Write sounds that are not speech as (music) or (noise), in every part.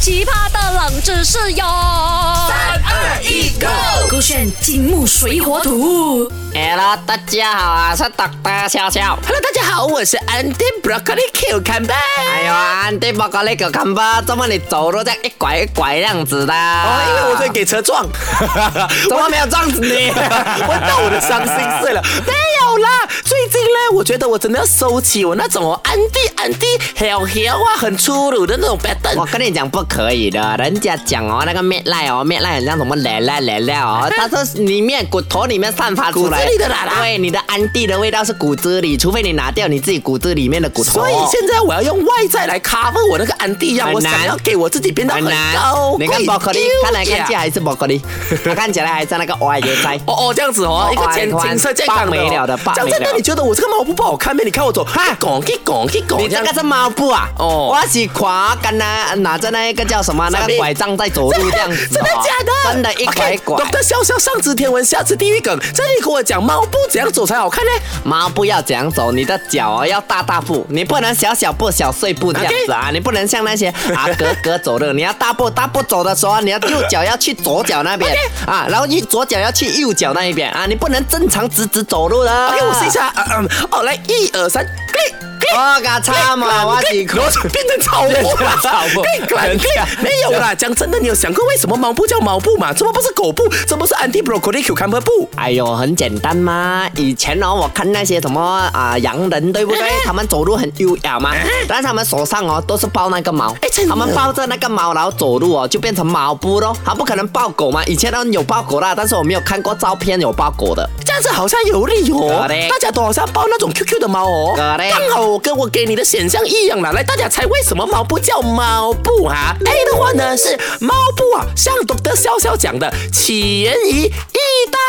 奇葩的冷知识哟！三二一，Go！勾选金木水火土。 Hello，大家好啊，是 Dr. 笑笑。 Hello，大家好，我是 Andy Broccoli Q c a m b e 哎呦，安迪宝哥那个看吧，怎么你走路这样一拐一拐这样子的？哦，哦因为我可以给车撞， (laughs) 怎么没有撞死你？我到我的伤心事了。没有啦，最近呢，我觉得我真的要收起我那种哦，安迪安迪，heel heel 啊，很粗鲁的那种 pattern 我。跟你讲不可以的，人家讲哦，那个面赖哦，面赖很像什么奶奶奶奶哦，它是里面骨头里面散发出来骨子里的奶奶对，你的安迪的味道是骨子里，除非你拿掉你自己骨子里面的骨头。所以现在我要用外在来 cover 我那个安迪呀，很我想难要给我自己变得很很难高，贵你看 broccoli，优看来雅看去还是 broccoli，它 (laughs) 看起来还是那个 O I 在。哦哦，这样子哦哦，一个剪哦金色健康的哦，棒没了的棒讲没真的，了你觉得我这个毛不不好看咩？你看我走，哈，拱一拱一拱，你这个是猫步啊？哦我是垮跟啊那拿着那个叫什么那什个么拐杖在走路这样子、哦。真的假的？真的，一拐一拐。懂笑笑上知天文下知地狱梗，这里跟我讲猫步怎样走才好看呢？猫步要怎样走？你的脚哦要大大步，你不能小小步、小碎步这样子啊！你不能像那些啊格格走的，你要大步大步走的时候，你要右脚要去左脚那边啊，然后右左脚要去右脚那一边啊，你不能正常直直走路的。 OK，我试一。下，啊嗯，哦，来一二三，click。我哦嘎擦嘛，我几块。变成草 (laughs) 步了，草 (laughs) 步 click，click，click 没有啦。讲真的，你有想过为什么毛步叫毛步吗？怎么不是狗步？怎么是 anti broccoli cucumber 步？哎呦，很简单嘛！以前哦，我看那些什么啊、洋人，对不 (laughs) 对？他们走路很优雅嘛，但是他们手上哦都是抱那个猫哎真，的他们抱着那个猫，然后走路哦就变成猫步咯。他不可能抱狗嘛，以前呢有抱狗啦，但是我没有看过照片有抱狗的。这样子好像有理哦， Correct 大家都好像抱那种 QQ 的猫哦， Correct 刚好我跟我给你的选项一样啦。来，大家猜为什么猫不叫猫步啊？A 的话呢是猫步啊，像 Dr. 潇潇讲的，起源于意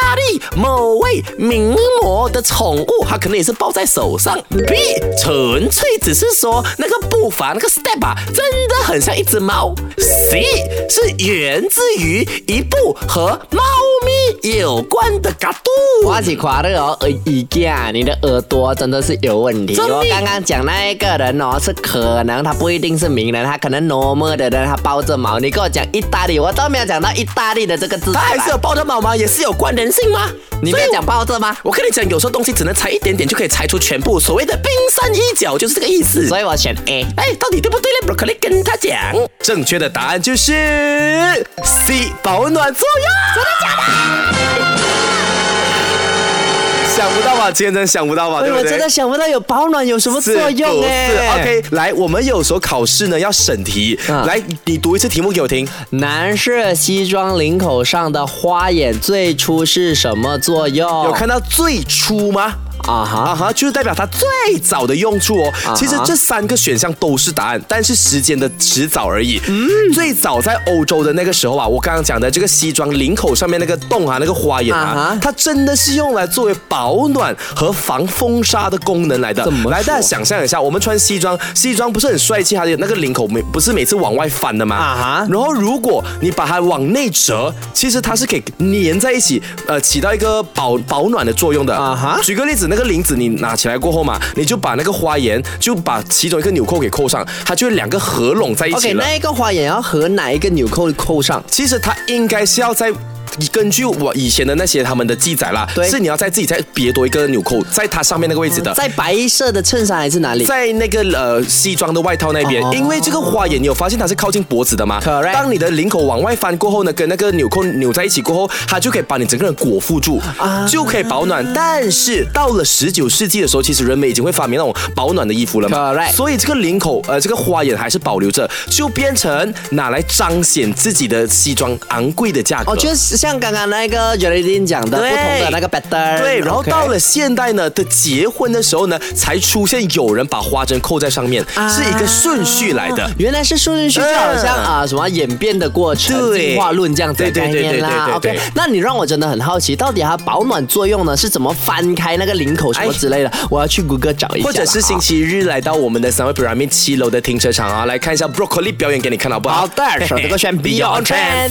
大利某位名模的宠物，它可能也是抱在手上。B 纯粹只是说那个步伐那个 step 啊，真的很像一只猫。C 是源自于一部和猫咪有关的嘎嘟。我是夸的哦，耳耳架，你的耳朵真的是有问题。真的我刚刚讲那一个人哦，是可能他不一定是名人，他可能 normal 的人，他抱着猫。你跟我讲意大利，我都没有讲到意大利的这个字出它来。还是有抱着猫吗？也是有关联性吗？你所以没有讲抱着吗？我，我跟你讲，有时候东西只能猜一点点就可以猜出全部，所谓的冰山一角就是这个意思。所以我选 A。哎，到底对不对呢？Broccoli 跟他讲，正确的答案就是 C 保暖作用。真的假的？想不到吧，今天哎真的想不到啊吧，对不我对？真的想不到有保暖有什么是作用不哎、是 OK，来，我们有时候考试呢要审题，嗯来，你读一次题目给我听。男士西装领口上的花眼最初是什么作用？有看到最初吗？哦啊啊哈，啊哈，就是代表它最早的用处哦。哈其实这三个选项都是答案，但是时间的迟早而已。嗯，最早在欧洲的那个时候啊，我刚刚讲的这个西装领口上面那个洞啊，那个花眼啊啊哈，它真的是用来作为保暖和防风沙的功能来的怎。么来，说大家想象一下，我们穿西装，西装不是很帅气，它的那个领口每不是每次往外翻的吗？啊哈然后如果你把它往内折，其实它是可以粘在一起，呃，起到一个保保暖的作用的。啊哈举个例子，那个领子你拿起来过后嘛，你就把那个花沿就把其中一个纽扣给扣上，它就会两个合拢在一 OK，起了。那一个花眼要和哪一个纽扣扣上？其实它应该是要在。根据我以前的那些他们的记载啦，对是你要在自己再别多一个纽扣，在它上面那个位置的，在白色的衬衫还是哪里？在那个呃西装的外套那边，哦因为这个花眼，你有发现它是靠近脖子的吗 Correct 当你的领口往外翻过后呢，跟那个纽扣扭在一起过后，它就可以把你整个人裹覆住，啊就可以保暖。但是到了十九世纪的时候，其实人们已经会发明那种保暖的衣服了嘛 Correct 所以这个领口呃这个花眼还是保留着，就变成拿来彰显自己的西装昂贵的价格。哦，就是像刚刚那个 j o l i n 讲的，不对同的那个 pattern。对，然后哎 OK 到了现代呢的结婚的时候呢，才出现有人把花针扣在上面，啊是一个顺序来的。原来是顺序，就好嗯像啊、什么演变的过程、对进化论这样子的对概对对念啦。对对对 OK，对那你让我真的很好奇，到底它保暖作用呢是怎么翻开那个领口什么之类的？我要去谷歌找一下啦。哎或者是星啊期日来到我们的三位 pyramid 七楼的停车场啊，来看一下 broccoli 表演给你看好不好？好的，手这个选 Beyond Trend。